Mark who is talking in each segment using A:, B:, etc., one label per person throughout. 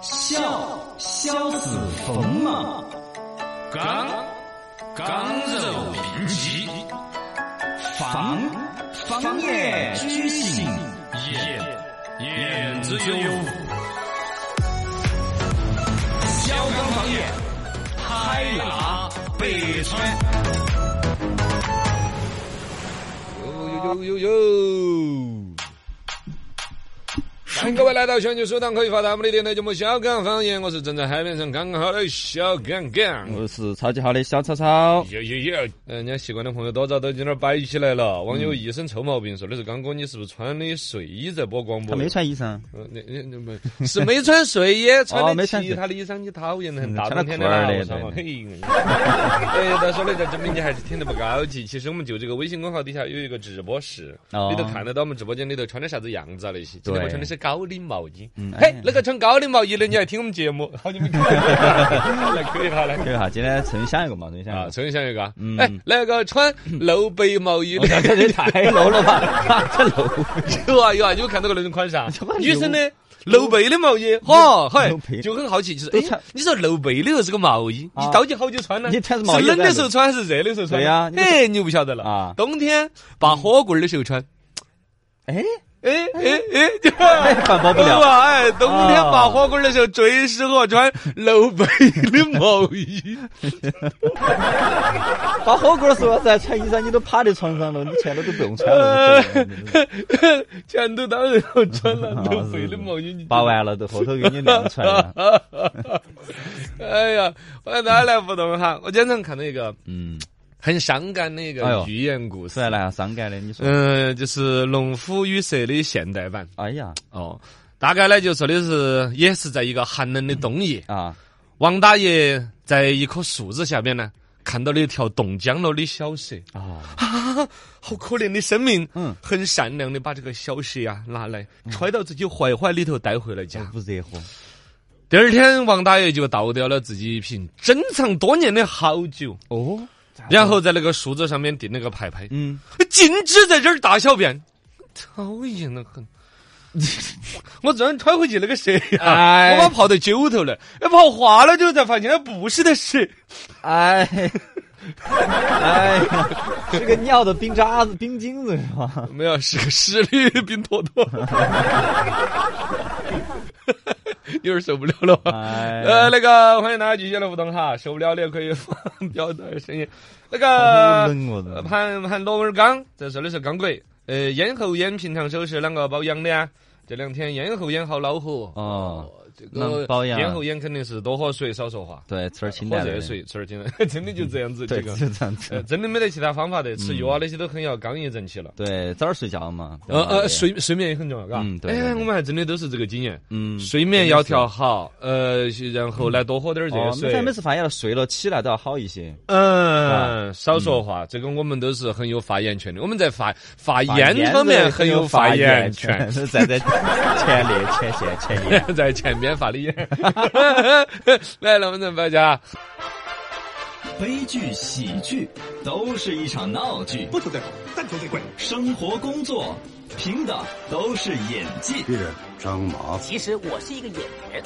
A: 笑萧子冯嘛，
B: 刚刚柔并济，
A: 方方言居行，
B: 言言之有物。小刚方言，海纳百川。
C: 呦呦呦！欢迎各位来到全球首档可以发弹幕的电台节目《小港方言》，我是站在海面上刚刚好的小港港。
D: 我是超级好的小草草，
C: 有有有，呃人家习惯的朋友多早都已经那儿摆起来了。网友一身臭毛病说的是：“刚哥，你是不是穿的睡衣在播广
D: 他
C: 播？”
D: 没穿衣裳，
C: 呃，那那那没是没穿睡衣，
D: 哦
C: 穿的
D: 没穿
C: 其
D: 睡
C: 他的衣裳，你讨厌的很。
D: 嗯
C: 大
D: 穿了
C: 冬天
D: 裤
C: 的
D: 儿
C: 啦
D: 的
C: 我操
D: 对
C: 嘿。 哎，但是呢，在证明你还是听得不高级。其实我们就这个微信公号底下有一个直播室，
D: 哦
C: 里头看得到我们直播间里头穿的啥子样子啊那些。今天
D: 对
C: 我穿的是高领毛衣
D: 嗯，
C: 嘿
D: 哎，
C: 那个穿高领毛衣的，你还听我们节目？好久没看 了，来可以他来。
D: 对哈，今天陈香一个嘛，陈香
C: 啊，
D: 一个，
C: 陈翔一个啊，
D: 嗯
C: 哎，那个穿露背毛衣
D: 我
C: 的，
D: 感觉这太 low 了吧，这 low，
C: 有啊有啊，有看到过那种款 式啊
D: 么，
C: 女生的露背的毛衣，哈，
D: 露
C: 嘿，
D: 背
C: 就很好奇，就是
D: 都
C: 哎
D: 穿，
C: 你说露背的又是个毛衣，
D: 啊
C: 你到底好久穿呢？
D: 你穿是毛衣
C: 冷的
D: 在
C: 时候穿还是热的时候穿？
D: 对呀你不
C: 哎，你不晓得了
D: 啊
C: 冬天拔火棍儿的时候穿，
D: 哎，
C: 哎哎哎就，哎
D: 反 驳不了啊
C: 吧？哎，冬天拔火棍儿的时候最适合穿露背的毛 衣。
D: 把火锅的时候再穿衣裳，你都趴在床上了，你全都都不用穿了
C: 呃， 全都当然要穿
D: 啊
C: 了露背的毛衣，你
D: 扒完了都后头给你晾出来 了，
C: 哎呀，我哪来不动哈？我经常看到一个
D: 嗯，
C: 很伤感的一
D: 哎
C: 个
D: 呦
C: 寓言故事
D: 是，来伤感的，你说，
C: 嗯、就是农夫与蛇的现代版
D: 哎呀
C: 哦。大概呢，就说的是，也是在一个寒冷的冬夜，
D: 啊，
C: 王大爷在一棵树子下边呢，看到了一条冻僵了的小蛇，
D: 哦，
C: 好可怜的生命，嗯
D: 嗯，
C: 很善良的把这个小蛇呀、拿来揣到自己怀怀里头带回了家。
D: 不热乎，
C: 第二天，王大爷就倒掉了自己一瓶珍藏多年的好酒，
D: 哦，
C: 然后在那个树子上面钉了个牌牌，
D: 嗯，
C: 禁止在这儿大小便，讨厌的很。 我昨天揣回去那个蛇呀、
D: 哎
C: 我把泡到酒头了，哎泡化了之后才发现它不是的蛇，
D: 哎，哎呀， 是个尿的冰渣子、冰晶子是吧？
C: 没有是个石绿冰坨坨， 有点受不了了。
D: 哎
C: 呃，那个欢迎大家继续来互动哈，受不了的也可以放表的声音。那
D: 好
C: 个
D: 冷哦真的
C: 呃盘盘螺纹钢，这说的是钢轨。呃，咽喉炎平常手是啷个保养的啊？这两天咽喉炎好恼火
D: 哦，
C: 这
D: 啷
C: 个
D: 保养啊
C: 咽喉炎肯定是多喝水，少说话，
D: 对，吃点清
C: 喝
D: 淡的
C: 热，水，吃点清淡， 真的就这样子。
D: 对，嗯
C: 这个
D: 就这样
C: 呃
D: 子。
C: 真的没得其他方法的，吃药啊那些都很要刚毅正气了。
D: 对，早点睡觉嘛。对
C: 呃
D: 吧
C: 呃，，睡睡眠也很重要，嘎。
D: 嗯对对
C: 哎，
D: 对
C: 我们还真的都是这个经验。
D: 嗯，
C: 睡眠要调好，呃，然后呢，多喝点儿热
D: 哦，每天每
C: 水。
D: 次发现了睡了起来都要好一些。
C: 嗯，少说话，这个我们都是很有发言权的。我们在发发言
D: 烟
C: 方面
D: 子
C: 很
D: 有
C: 有发言
D: 言
C: 权，
D: 站在前列前线前沿。
C: 在前边发的言。 来，能不能大家？
A: 悲剧、喜剧都是一场闹剧。
E: 不求最好，但求最贵。
A: 生活、工作，凭的都是演技。
E: 鄙人张麻子，
F: 其实我是一个演员。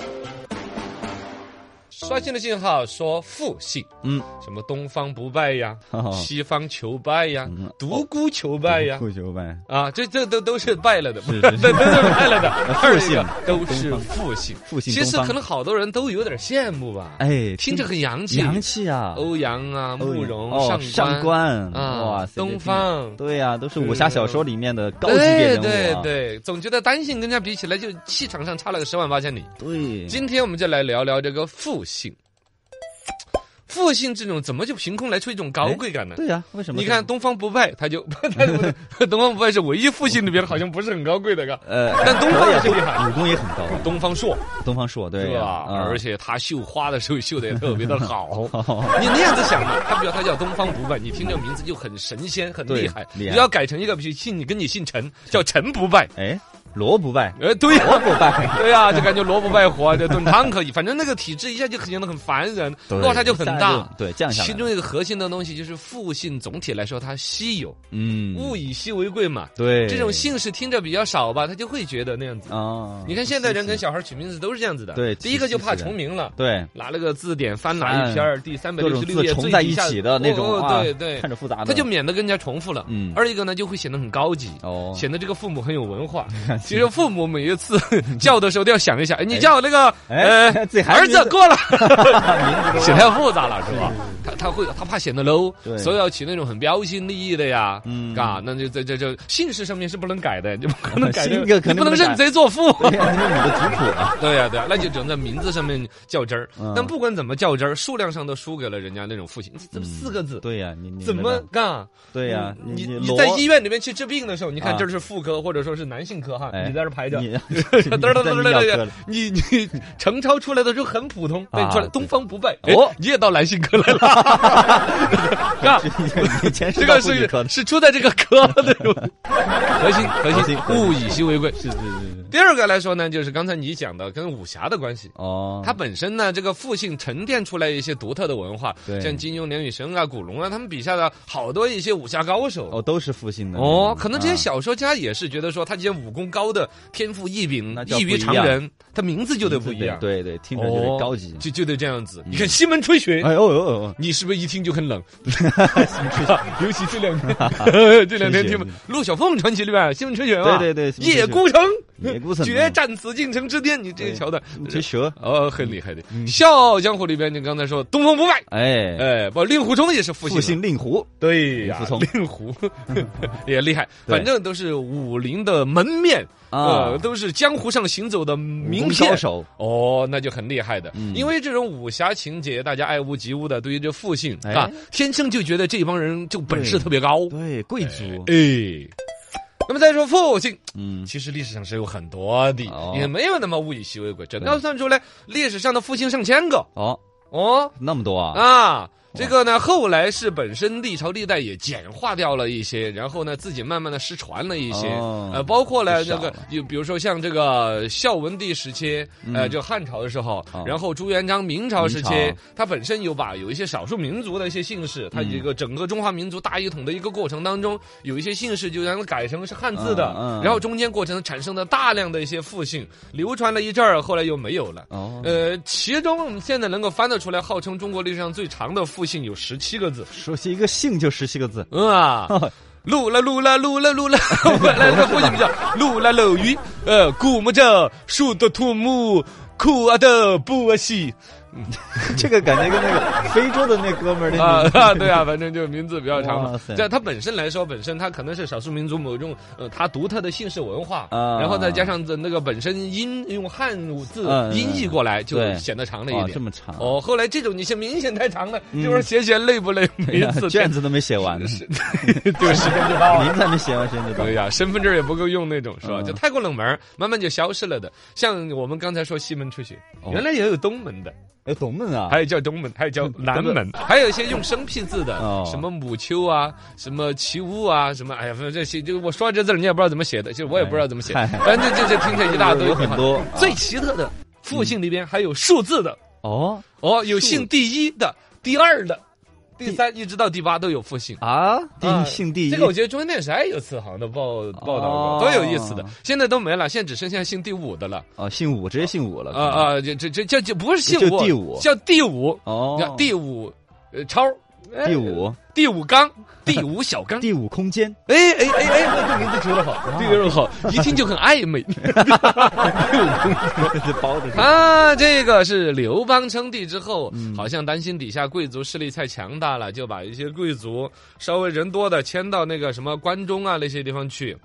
C: 刷新的信号说复姓，
D: 嗯，
C: 什么东方不败呀，
D: 哦
C: 西方求败呀
D: 嗯，
C: 独孤求败哎呀，
D: 酷球 呗，
C: 啊，这这都都是败了的，不
D: 是
C: 都
D: 是
C: 都
D: 是
C: 是败 了的，二
D: 复姓
C: 个都是复姓，
D: 复姓
C: 其实
D: 东方
C: 可能好多人都有点羡慕吧，
D: 哎，
C: 听着很洋气，
D: 洋气啊！
C: 欧阳啊，慕容、
D: 哦上
C: 上
D: 官
C: 啊
D: 嗯哇塞，
C: 东方
D: 对呀，都是武侠小说里面的高级别
C: 对
D: 人
C: 对
D: 物啊。
C: 对，总觉得单姓跟人家比起来，就气场上差了个十万八千里。
D: 对
C: 今天我们就来聊聊这个复姓，复姓这种怎么就凭空来出一种高贵感呢？
D: 哎对呀，为什么？
C: 你看，东方不败，他就 他就东方不败是唯一复姓里边好像不是很高贵的 个，
D: 呃，
C: 但东方
D: 可以啊
C: 也是厉害，
D: 武功也很高，啊
C: 东方朔
D: 东方朔对
C: 对
D: 呀
C: 吧？
D: 啊
C: 而且他绣花的时候绣的也特别 的好。
D: 哦
C: 你那样子想嘛，他比如他叫东方不败，你听这名字就很神仙，很厉害。
D: 对厉害
C: 你要改成一个，比如姓你跟你姓陈，叫陈不败，
D: 哎，萝卜拜，
C: 哎，对呀、
D: 萝卜拜，
C: 对呀、就感觉萝卜白活，就炖汤可以，反正那个体质一下就很显得很烦人，落差就很大。
D: 对，降下
C: 其
D: 来，
C: 中一个核心的东西就是复姓，总体来说它稀有，
D: 嗯，
C: 物以稀为贵嘛。
D: 对
C: 这种姓氏听着比较少吧，他就会觉得那样子。
D: 啊，
C: 你看现在人跟小孩取名字都是这样子的，
D: 对
C: 第一个就怕
D: 是的
C: 重名了。
D: 对
C: 拿了个字典翻哪一篇儿，第三百
D: 各
C: 六
D: 种
C: 十六
D: 字
C: 页
D: 重
C: 最
D: 在
C: 底
D: 一
C: 下
D: 起的那
C: 哦
D: 种
C: 哦
D: 啊，
C: 对对
D: 看，着复杂的，
C: 他就免得跟人家重复了。
D: 嗯
C: 二一个呢，就会显得很高级，
D: 哦，
C: 显得这个父母很有 文化。其实父母每一次 叫的时候都要想一想，哎你叫那个呃
D: 哎自己孩子
C: 儿
D: 名
C: 子
D: 字嗯
C: 过来，显得太复杂了是吧？他他会他怕显得 low，
D: 对
C: 所以要起那种很标新立异的呀，
D: 嗯
C: 嘎，那就在这这姓氏上面是不能改的，你 不可能改的，
D: 姓这个肯定
C: 你不
D: 不
C: 能
D: 能
C: 认
D: 改
C: 贼作父。
D: 对呀，这是你的族谱啊，
C: 对呀、对呀、那就只能在名字上面较真儿
D: 嗯。
C: 但不管怎么较真儿，数量上都输给了人家那种父亲。这这四个字，
D: 嗯对呀，你你
C: 怎么干？
D: 对呀？
C: 你
D: 你
C: 你
D: 萝
C: 在医院里面去治病的时候，你看
D: 啊
C: 这是妇科或者说是男性科哈，
D: 哎
C: 你在这排着。
D: 你
C: 嘚儿嘚儿嘚儿嘚儿嘚儿
D: 了，
C: 你你程超出来的时候很普通，
D: 啊
C: 对，出来
D: 对
C: 东方不败，
D: 哦
C: 哎你也到男性科 来了，干
D: 你以前
C: 这
D: 是
C: 个
D: 到妇女
C: 是
D: 科的
C: 是出在这个科的核心核
D: 核
C: 心
D: 心，核心
C: 物以稀为贵。
D: 是是是是，
C: 第二个来说呢，就是刚才你讲的跟武侠的关系，
D: 哦，
C: 它本身呢，这个复姓沉淀出来一些独特的文化，
D: 对
C: 像金庸、梁羽生啊、古龙啊，他们笔下的好多一些武侠高手。
D: 哦都是复姓的
C: 哦，可能这些
D: 啊
C: 小说家也是觉得说，他既然武功高的，天赋异禀
D: 那，叫
C: 异于
D: 不一
C: 常
D: 样
C: 人，他名字就得不一样，
D: 对对，听
C: 哦，
D: 着就得高级。嗯
C: 就就得这样子。你看西门吹雪，
D: 哎呦呦呦呦，
C: 你是不是一听就 很冷？尤其这两天， 这两天听
D: 吹雪
C: 陆小凤传奇里边西门吹雪嘛，
D: 对对对西门吹雪
C: 叶孤城，
D: 叶孤城
C: 决战紫禁城之巅，你这个瞧的，
D: 哎这蛇，
C: 哦，很厉害的，笑傲江湖》里边，你刚才说东方不败，
D: 哎，
C: 哎，不，令狐冲也是复
D: 复
C: 姓
D: 姓
C: 嘛，
D: 令狐，
C: 对呀
D: 令狐冲
C: 令狐 也厉害，
D: 嗯对
C: 反正都是武林的门面
D: 啊
C: 呃都是江湖上行走的名
D: 武功
C: 片
D: 高。手，
C: 哦，那就很厉害的，
D: 嗯
C: 因为这种武侠情节，大家爱屋及乌的，对于这复姓、
D: 哎
C: 啊，天生就觉得这帮人就本事特别高，
D: 对，贵族，
C: 哎。那么再说复姓，
D: 嗯，
C: 其实历史上是有很多的，
D: 哦
C: 也没有那么物以稀为贵。整个算出来，历史上的复姓上千个
D: 哦，
C: 哦
D: 那么多啊，
C: 啊。这个呢，后来是本身历朝历代也简化掉了一些，然后呢，自己慢慢的失传了一些，
D: 哦
C: 呃，包括了
D: 就
C: 这
D: 少
C: 个
D: 了，
C: 就比如说像这个孝文帝时期，呃，
D: 嗯
C: 就汉朝的时候，
D: 哦
C: 然后朱元璋明朝时期
D: 明朝，
C: 他本身有把有一些少数民族的一些姓氏，他这个整个中华民族大一统的一个过程当中，有一些姓氏就让它改成是汉字的，
D: 嗯嗯
C: 然后中间过程产生了大量的一些复姓，流传了一阵儿，后来又没有了。
D: 哦，
C: 呃，其中我们现在能够翻得出来，号称中国历史上最长的复姓有十七个字。
D: 说起一个姓就十七个字，
C: 嗯啊，陆了陆了陆了陆 了，来来来，复姓叫陆 了陆鱼，呃，古木者树的土木，苦啊的不啊西
D: 这个感觉跟那个 非洲的那哥们儿那
C: 啊
D: 名字
C: 啊，对啊，反正就名字比较长
D: 哇
C: 嘛。
D: 塞
C: 这它本身来说，本身它可能是少数民族某种呃它独特的姓氏文化，
D: 啊
C: 然后再加上这那个本身音用汉语字
D: 嗯嗯
C: 音译过来，就
D: 对
C: 显得长了一
D: 哦
C: 点
D: 这。么长，
C: 哦，后来这种你是明显太长了，
D: 嗯
C: 就是写写累不累？
D: 哎
C: 每一
D: 呀
C: 次
D: 卷子都没写完呢，
C: 是，对，时间就到了。
D: 名字还没写完，谁知道
C: 对？呀，身份证也不够用那种，是吧？
D: 嗯
C: 就太过冷门儿，慢慢就消失了的。像我们刚才说西门吹雪，
D: 哦
C: 原来也有东门的，
D: 哎，董们啊，
C: 还有叫嗯东门，还有叫南门，还有一些用生僻字的
D: 哦，
C: 什么母丘啊，什么齐屋啊，什么哎呀，反正这些，就我说这字儿人家也不知道怎么写的，其实我也不知道怎么写，
D: 哎
C: 反正这这听起来一大堆
D: 有有很多啊
C: 最奇特的，复姓里边还有数字的，
D: 哦
C: 哦，有
D: 数
C: 姓第一的、第二的、第三一直到第八都有复姓。
D: 啊，
C: 啊
D: 第姓第一
C: 这，个我觉得中央电视台有次好像都报报道过，
D: 哦
C: 都有意思的。现在都没了，现在只剩下姓第五的了。
D: 哦，姓武，直接姓武了
C: 啊，啊，这这这叫就不是姓
D: 就
C: 武，
D: 第五
C: 叫第五，叫
D: 哦，
C: 第五，呃，超，哎
D: 第，五，
C: 第五刚，第五小刚。
D: 第五空间，
C: 哎哎哎哎，这名字取得好，这个好，一听就很暧昧。
D: 包着是
C: 啊，这个是刘邦称帝之后，
D: 嗯
C: 好像担心底下贵族势力太强大了，就把一些贵族稍微人多的迁到那个什么关中啊那些地方去。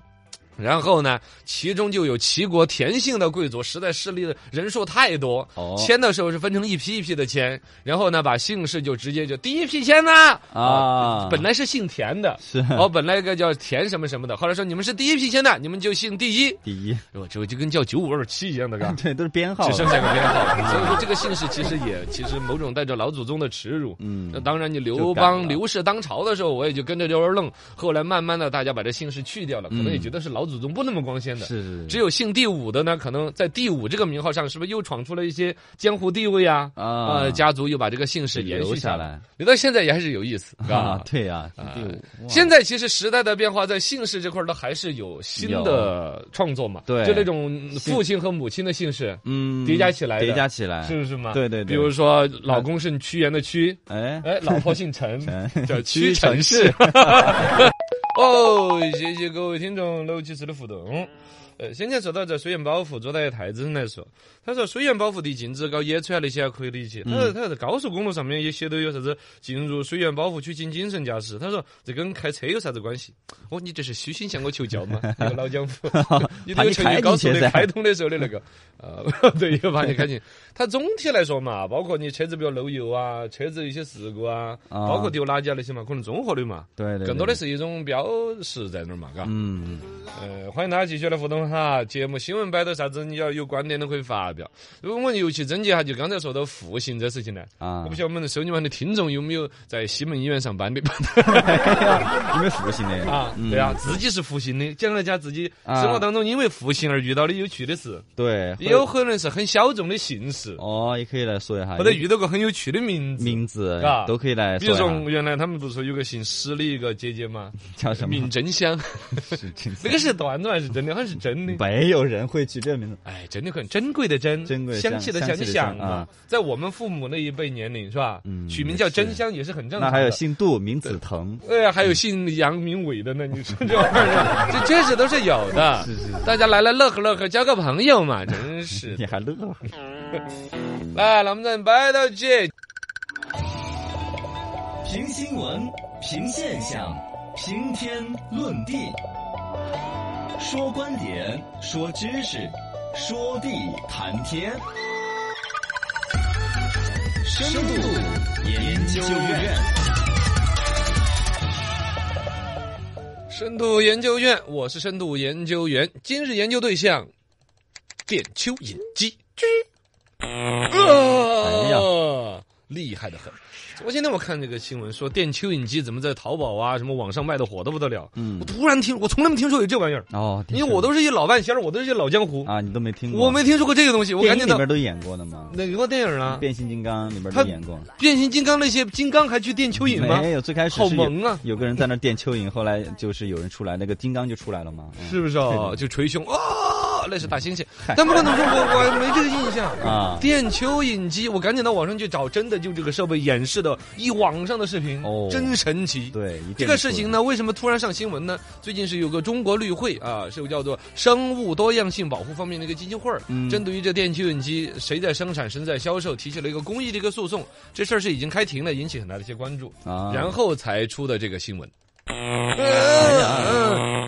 C: 然后呢，其中就有齐国田姓的贵族，实在势力人数太多，
D: 哦
C: 迁的时候是分成一批一批的迁，然后呢，把姓氏就直接就第一批迁呐
D: 啊
C: 本来是姓田的，
D: 是
C: 哦，本来一个叫田什么什么的，后来说你们是第一批迁的，你们就姓第一，
D: 第一，
C: 我这就跟叫九五二七一样的，嘎。
D: 对，都是编号
C: 只
D: 了，
C: 剩下个编号了。 所以说这个姓氏其实也其实某种带着老祖宗的耻辱。
D: 嗯
C: 那当然，你刘
D: 就改了
C: 邦刘氏当朝的时候，我也就跟着这玩儿愣。后来慢慢的，大家把这姓氏去掉了，可能也觉得是老祖宗不那么光鲜的。
D: 嗯是是
C: 只有姓第五的呢，可能在第五这个名号上，是不是又闯出了一些江湖地位啊？
D: 啊
C: 呃家族又把这个姓氏延
D: 留
C: 续
D: 下
C: 下
D: 来，
C: 留到现在也还是有意思，是吧
D: 啊，？对呀，第五哇
C: 现在其实时代的变化，在姓氏这块儿，它还是有新的创作嘛。
D: 对
C: 就那种父亲和母亲的姓氏
D: 嗯
C: 叠加起来的
D: 叠加起来
C: 是不是嘛？
D: 对对对
C: 比如说，老公是屈原的屈，
D: 哎
C: 哎，老婆姓陈，
D: 陈
C: 叫屈臣氏。 哦，谢谢各位听众六七十的互动。呃，先前说到这水源保护，昨天有台子人来说，他说水源保护地禁止搞野炊啊那些还可以理解。他说他说在高速公路上面也写到有啥子进入水源保护区仅谨慎驾驶，他说这跟开车有啥子关系？哦，你这是虚心向我求教吗？那个老江湖，你都有成渝高速的开通的时候的 那个，呃，对，又把你开进。它总体来 说嘛，包括你车子比如漏油啊，车子一些事故啊，
D: 啊
C: 包括丢垃圾啊那些嘛，可能综合的嘛。
D: 对对对
C: 更多的是一种标识在那儿嘛，嘎。
D: 嗯
C: 呃，欢迎大家继续来互动哈。节目新闻摆到啥子，你要有观点都可以发表。我们尤其征集一下，就刚才说到复姓这事情呢，
D: 啊
C: 我不晓得我们收音机旁的听众有没有在西门医院上班的
D: 因为复姓的嗯
C: 啊？对啊，自己是复姓的，讲了家自己
D: 啊
C: 生活当中因为复姓而遇到的有趣的事，
D: 对
C: 也有可能是很小众的姓氏，
D: 哦，也可以来说一下，
C: 或者遇到过很有趣的名字。
D: 名字
C: 啊
D: 都可以来
C: 比
D: 说
C: 如
D: 一
C: 说
D: 下，
C: 原来他们不是说有个姓史的一个姐姐吗？
D: 叫什么
C: 名？真香，
D: 是真
C: 那个是段子还是真的？好像是真的。
D: 没有人会取这个名字，
C: 哎，真的很珍贵的珍，
D: 珍贵
C: 香
D: 香
C: 气的
D: 香
C: 香
D: 气的
C: 想
D: 香啊，
C: 在我们父母那一辈年龄是吧？
D: 嗯
C: 取名叫真香也是很正常
D: 那
C: 的。
D: 还有姓杜名紫藤，
C: 对呀，还有姓杨明伟的呢，你说这玩 意儿，这这是都是有的。
D: 是是
C: 大家来来乐呵乐呵，交个朋友嘛，真是
D: 你。还乐？
C: 来，咱们再摆到这。
A: 评新闻，评现象，评天论地，说观点，说知识，说地谈天。深度研究院。
C: 深度研究院，我是深度研究员。今日研究对象，电蚯蚓鸡。
D: 嗯
C: 哎呀，厉害的很！昨天呢，我看这个新闻说电蚯蚓鸡怎么在淘宝啊、什么网上卖的火的不得了。
D: 嗯
C: 我突然听，我从来没听说有这玩意儿，
D: 哦，
C: 因为我都是一老半仙儿，我都是一老江湖，
D: 啊，你都没听过，
C: 我没听说过这个东西。我
D: 电
C: 赶
D: 影
C: 紧
D: 里
C: 到
D: 面都演过的吗？
C: 哪个电影啊？
D: 变形金刚里面
C: 他
D: 都演过。
C: 变形金刚那些金刚还去电蚯蚓吗？
D: 没有，最开始
C: 好
D: 是有
C: 萌啊
D: 有个人在那儿电蚯蚓，后来就是有人出来，那个金刚就出来了嘛。嗯
C: 是不是哦？就捶胸啊，那是大猩猩。但不管怎么说，我我没这个印象
D: 啊
C: 电蚯蚓机，我赶紧到网上去找真的就这个设备演示的一网上的视频，
D: 哦
C: 真神奇。。
D: 对，一
C: 这
D: 电
C: 个
D: 就
C: 事
D: 出
C: 情
D: 来
C: 呢，为什么突然上新闻呢？最近是有个中国绿会啊，是有叫做生物多样性保护方面的一个基金会儿，
D: 嗯
C: 针对于这电蚯蚓鸡谁在生产谁在销售，提起了一个公益的一个诉讼。这事儿是已经开庭了，引起很大的一些关注。
D: 啊，哎
C: 然后才出的这个新闻。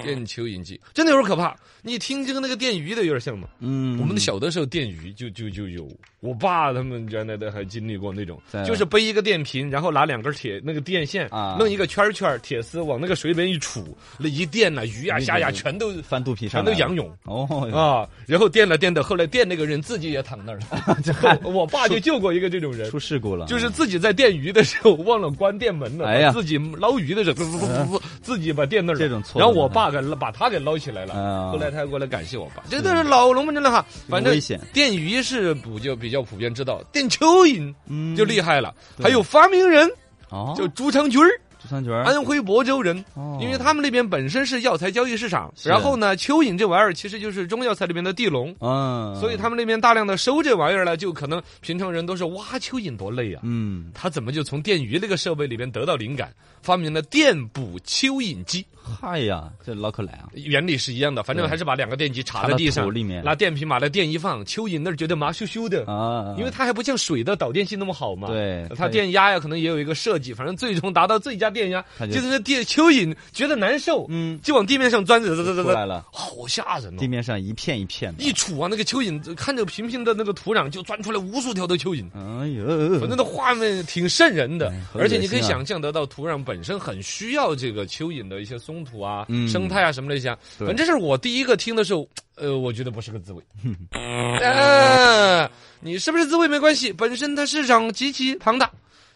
C: 电蚯蚓机真的有点可怕，你听这个那个电鱼的有点像嘛。
D: 嗯，
C: 我们小的时候电鱼就就就有，我爸他们原来的还经历过那种
D: 在，
C: 就是背一个电瓶，然后拿两根铁那个电线
D: 啊，
C: 弄一个圈儿圈儿铁丝往那个水里面一杵，那一电呐，鱼呀虾呀全都
D: 翻肚皮上来
C: 全都
D: 了
C: 仰泳。
D: 哦，
C: 啊，然后电了电的，后来电那个人自己也躺那儿 了。 我爸就救过一个这种人，
D: 出事故了，
C: 就是自己在电鱼的时候忘了关电门了，
D: 哎呀嗯
C: 自己捞鱼的时候，滋滋滋滋自己把电那儿了，
D: 这种错误嗯
C: 然后我爸给把他给捞起来了，
D: 啊
C: 后来他还过来感谢我爸，这都是老龙门阵了哈。反正
D: 危险
C: 电鱼是补就比较普遍知道，电蚯蚓
D: 嗯
C: 就厉害了，还有发明人
D: 哦，
C: 就朱昌军儿。
D: 朱三角儿
C: 安徽亳州人
D: 哦，
C: 因为他们那边本身是药材交易市场，
D: 是
C: 然后呢，蚯蚓这玩意儿其实就是中药材里面的地龙，
D: 嗯，
C: 所以他们那边大量的收这玩意儿呢，就可能平常人都是挖蚯蚓多累啊，
D: 嗯，
C: 他怎么就从电鱼那个设备里边得到灵感，发明了电捕蚯蚓机？
D: 嗨呀，这老可来啊，
C: 原理是一样的，反正
D: 对
C: 还是把两个电极插在
D: 插
C: 地
D: 到
C: 上
D: 土，里面
C: 拿电瓶把那电一放，蚯蚓那儿觉得麻羞羞的。
D: 啊，
C: 因为啊它还不像水的导电性那么好嘛，
D: 对它
C: 它电压呀可能也有一个设计，反正最终达到最佳电压，
D: 它就
C: 就是那电蚯蚓觉得难受，
D: 嗯
C: 就往地面上钻，滋滋滋滋
D: 出来
C: 滋，
D: 了，
C: 好吓人哦
D: 地！面上一片一片的，
C: 一杵啊，那个蚯蚓看着平平的那个土壤就钻出来无数条的蚯蚓，
D: 哎呦，
C: 反正那画面挺瘆人的，
D: 好
C: 而且
D: 恶
C: 你可以
D: 心啊
C: 想象得到，土壤本身很需要这个蚯蚓的一些松土啊、
D: 嗯
C: 生态啊什么那些啊。
D: 对
C: 反正这是我第一个听的时候，呃，我觉得不是个滋味。
D: 嗯
C: 啊，你是不是滋味没关系，本身它市场极其庞大。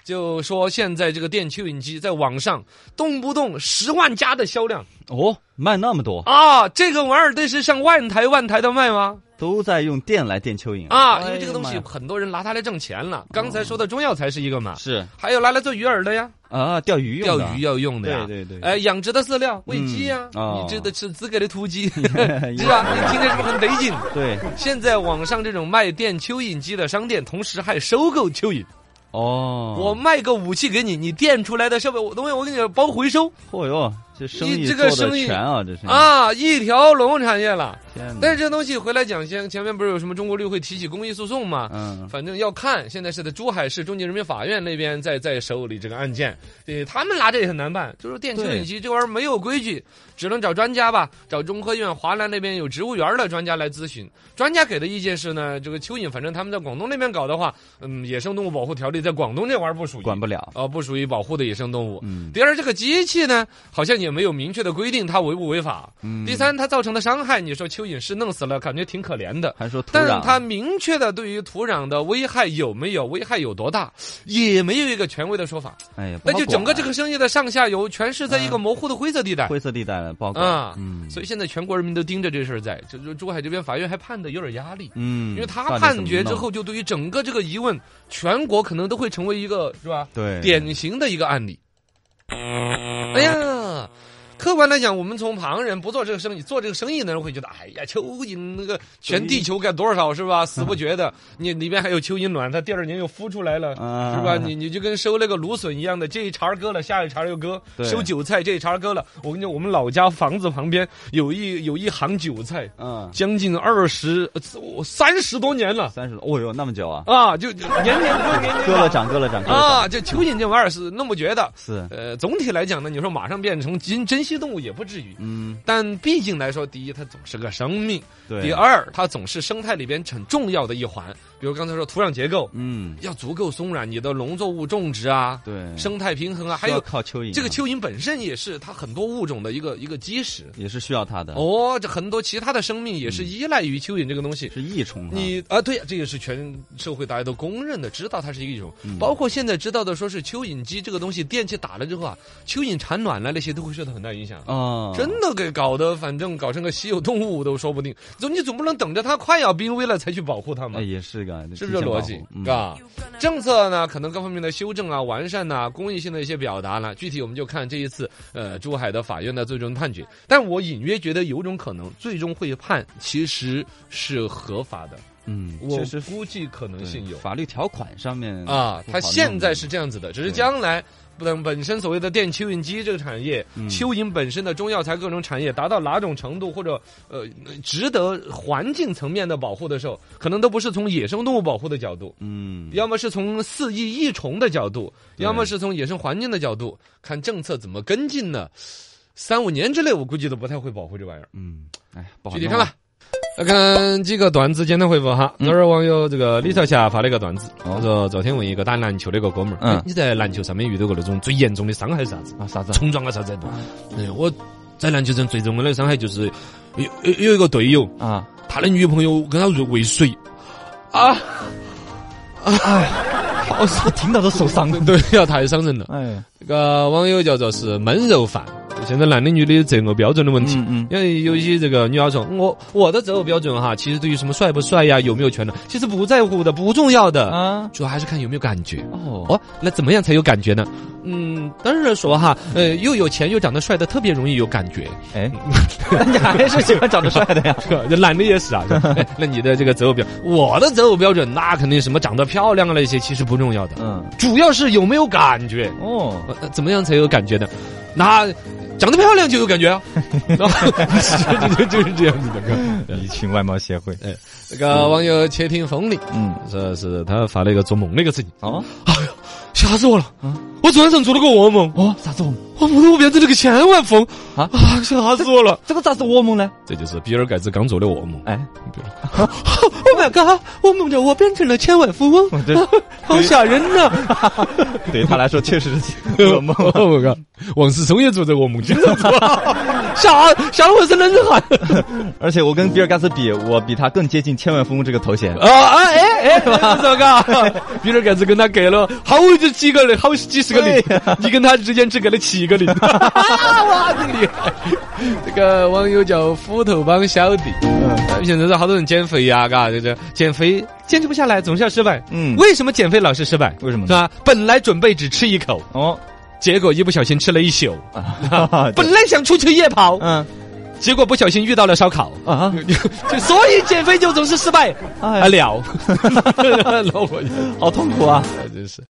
C: 就说现在这个电蚯蚓机在网上动不动十万加的销量
D: 哦，卖那么多，
C: 啊，这个玩意儿得是上万台万台的卖吗？
D: 都在用电来电蚯蚓
C: 啊，因为这个东
D: 哎
C: 西
D: 呀哦妈
C: 很多人拿它来挣钱了。刚才说的中药材是一个嘛
D: 呀，是
C: 还有拿来做鱼饵的呀，
D: 啊，钓鱼用
C: 钓
D: 的，
C: 鱼要用的呀，
D: 对对对
C: 哎，养殖的饲料喂鸡呀，
D: 嗯哦
C: 你这的是资格的 土鸡，是吧？你听着是不是很得劲？
D: 对，
C: 现在网上这种卖电蚯蚓机的商店，同时还收购蚯蚓。
D: 哦，
C: 我卖个武器给你，你电出来的设备，我东西我给你包回收
D: 嚯哟，这生
C: 你
D: 意
C: 这个
D: 做
C: 生
D: 的
C: 意
D: 全啊，这是，嗯
C: 啊，一条龙产业了。
D: 天哪
C: 但是这个东西回来讲，先前面不是有什么中国律会提起公益诉讼嘛？
D: 嗯，
C: 反正要看，现在是在珠海市中级人民法院那边在在手里这个案件，对他们拿着也很难办。就是电蚯蚓机这玩意儿没有规矩，只能找专家吧，找中科院华南那边有植物园儿的专家来咨询。专家给的意见是呢，这个蚯蚓，反正他们在广东那边搞的话，嗯，野生动物保护条例在广东这玩意儿不属于，
D: 管不了，
C: 哦，不属于保护的野生动物。
D: 嗯
C: 第二，这个机器呢，好像也没有明确的规定它违不违法。
D: 嗯，
C: 第三，它造成的伤害，你说蚯蚓是弄死了，感觉挺可怜的。
D: 还说土
C: 但是
D: 壤，
C: 它明确的对于土壤的危害有没有、危害有多大，也没有一个权威的说法。
D: 哎呀，不
C: 那
D: 好
C: 就整个
D: 管
C: 这个生意的上下游全是在一个模糊的灰色地带
D: 灰色地带了，不好管，
C: 啊。
D: 嗯，
C: 所以现在全国人民都盯着这事儿在，就是珠海这边法院还判的有点压力。
D: 嗯，
C: 因为
D: 到
C: 他
D: 底怎
C: 判
D: 么
C: 决之
D: 弄
C: 后，就对于整个这个疑问，全国可能都会成为一个是吧？
D: 对
C: 典型的一个案例。哎呀，客观来讲，我们从旁人不做这个生意，做这个生意的人会觉得，哎呀，蚯蚓那个全地球该多少是吧？死不绝的，你里面还有蚯蚓卵，它第二年又孵出来了。
D: 啊，
C: 是吧？你你就跟收那个芦笋一样的，这一茬儿割了，下一茬儿又割；
D: 对
C: 收韭菜，这一茬儿割了。我跟你讲，我们老家房子旁边有一有一行韭菜，
D: 嗯，
C: 将近二十三十多年了
D: 三十，哦哟，那么久啊，
C: 啊，就就年年割年 年
D: 割了涨，割了涨，割了涨，
C: 啊，就蚯蚓这玩意儿是那么觉得。
D: 是，
C: 呃，总体来讲呢，你说马上变成珍珍稀动物也不至于，
D: 嗯，
C: 但毕竟来说，第一它总是个生命，
D: 对，
C: 第，二它总是生态里边很重要的一环。比如刚才说土壤结构
D: 嗯，
C: 要足够松软，你的农作物种植啊，
D: 对，
C: 生态平衡啊，还
D: 需要
C: 有
D: 靠蚯蚓啊，
C: 这个蚯蚓本身也是它很多物种的一个一个基石。
D: 也是需要它的，，
C: 哦，这很多其他的生命也
D: 嗯
C: 是依赖于蚯蚓这个东西。
D: 是益虫哈，
C: 你啊，对，这个是全社会大家都公认的，知道它是一种，
D: 嗯
C: 包括现在知道的，说是蚯蚓机这个东西，电器打了之后啊，蚯蚓产卵了那些都会受到很大影响。
D: 啊，
C: 真的给搞得，反正搞成个稀有动物都说不定。总你总不能等着它快要濒危了才去保护它嘛
D: 哎，，也是个，
C: 是
D: 是
C: 不是这逻辑？
D: 嗯
C: 啊，政策呢，可能各方面的修正啊、完善呐、公益性的一些表达呢，具体我们就看这一次呃珠海的法院的最终判决。但我隐约觉得有种可能，最终会判其实是合法的。
D: 嗯，
C: 我
D: 确实
C: 估计可能性
D: 对
C: 有
D: 法律条款上面
C: 啊。
D: 不好
C: 它现
D: 弄
C: 在是这样子的，只是
D: 对
C: 将来本本身所谓的电蚯蚓机这个产业，
D: 嗯
C: 蚯蚓本身的中药材各种产业达到哪种程度，或者呃值得环境层面的保护的时候，可能都不是从野生动物保护的角度。
D: 嗯，
C: 要么是从四益益虫的角度，
D: 对
C: 要么是从野生环境的角度，看政策怎么跟进呢？三五年之内，我估计都不太会保护这玩意儿。
D: 嗯，哎，不好
C: 具体
D: 弄
C: 看吧。来看几个段子，简单回复哈。那儿网友这个李朝霞发了一个段子，
D: 嗯哦
C: 他说昨天问一个打篮球的一个哥们儿，
D: 嗯
C: 哎你在篮球上面遇到过那种最严重的伤害是啥子？
D: 啊，啥子？
C: 冲撞啊啥子？哎，我在篮球上最重要的伤害就是有有有一个队友，
D: 啊，
C: 他的女朋友跟他入喂 水，啊，
D: 哦，我听到都受 啊伤。
C: 对呀，太伤人了。
D: 哎，
C: 这个网友叫做是焖肉饭，现在男的女的择偶标准的问题。
D: 嗯嗯
C: 因为有一些这个女娃说，我我的择偶标准哈，其实对于什么帅不帅呀、有没有权的，其实不在乎的，不重要的，
D: 啊，
C: 主要还是看有没有感觉。
D: 哦，
C: 哦，那怎么样才有感觉呢？嗯，当然说哈，呃，又有钱又长得帅的，特别容易有感觉。
D: 哎， 你还是喜欢长得帅的呀？
C: 这男的也是啊。是吧 哎那你的这个择偶标，我的择偶标准，那肯定什么长得漂亮啊那些，其实不重要的，
D: 嗯，
C: 主要是有没有感觉。
D: 哦，
C: 呃，怎么样才有感觉呢？那长得漂亮就有感觉 啊，然后就就是这样子的哥。
D: 一群外貌协会。
C: 这个网友且听风铃，
D: 嗯，
C: 这是他发了一个做梦的一个事情，
D: 哦，
C: 哎吓死我了！
D: 嗯
C: 我昨天晚上做了个噩梦，
D: 哦，啥子我们？
C: 我梦到我变成了个千万富翁
D: 啊
C: 啊，吓死我了！
D: 这个咋是我梦呢？
C: 这就是比尔盖茨刚做的噩梦。
D: 哎，
C: Oh my god！我梦着我变成了千万富翁，
D: 这
C: 好吓人呐、 哦
D: 对于他来说确实是噩梦。
C: 我靠，啊王思聪也做这个噩梦，经常做， 吓吓得我一身冷汗。
D: 而且我跟比尔盖茨比，我比他更接近千万富翁这个头衔。
C: 啊啊哎哎，这个嘎，比尔盖茨跟他隔了好几几个零，好几十个零
D: 对，
C: 你跟他之间只隔了 七 个零，哇，真厉害！这个网友叫斧头帮小弟，现在是好多人减肥呀、嘎，这这减肥坚持不下来，总是要失败。
D: 嗯
C: 为什么减肥老是失败？
D: 为什么呢
C: 是吧？本来准备只吃一口，
D: 哦，
C: 结果一不小心吃了一宿。
D: 啊
C: 本来想出去夜跑，
D: 嗯
C: 结果不小心遇到了烧烤。
D: 啊，
C: 就 所以减肥就总是失败。
D: 哎
C: 啊了，老婆，
D: 好痛苦啊！
C: 真是。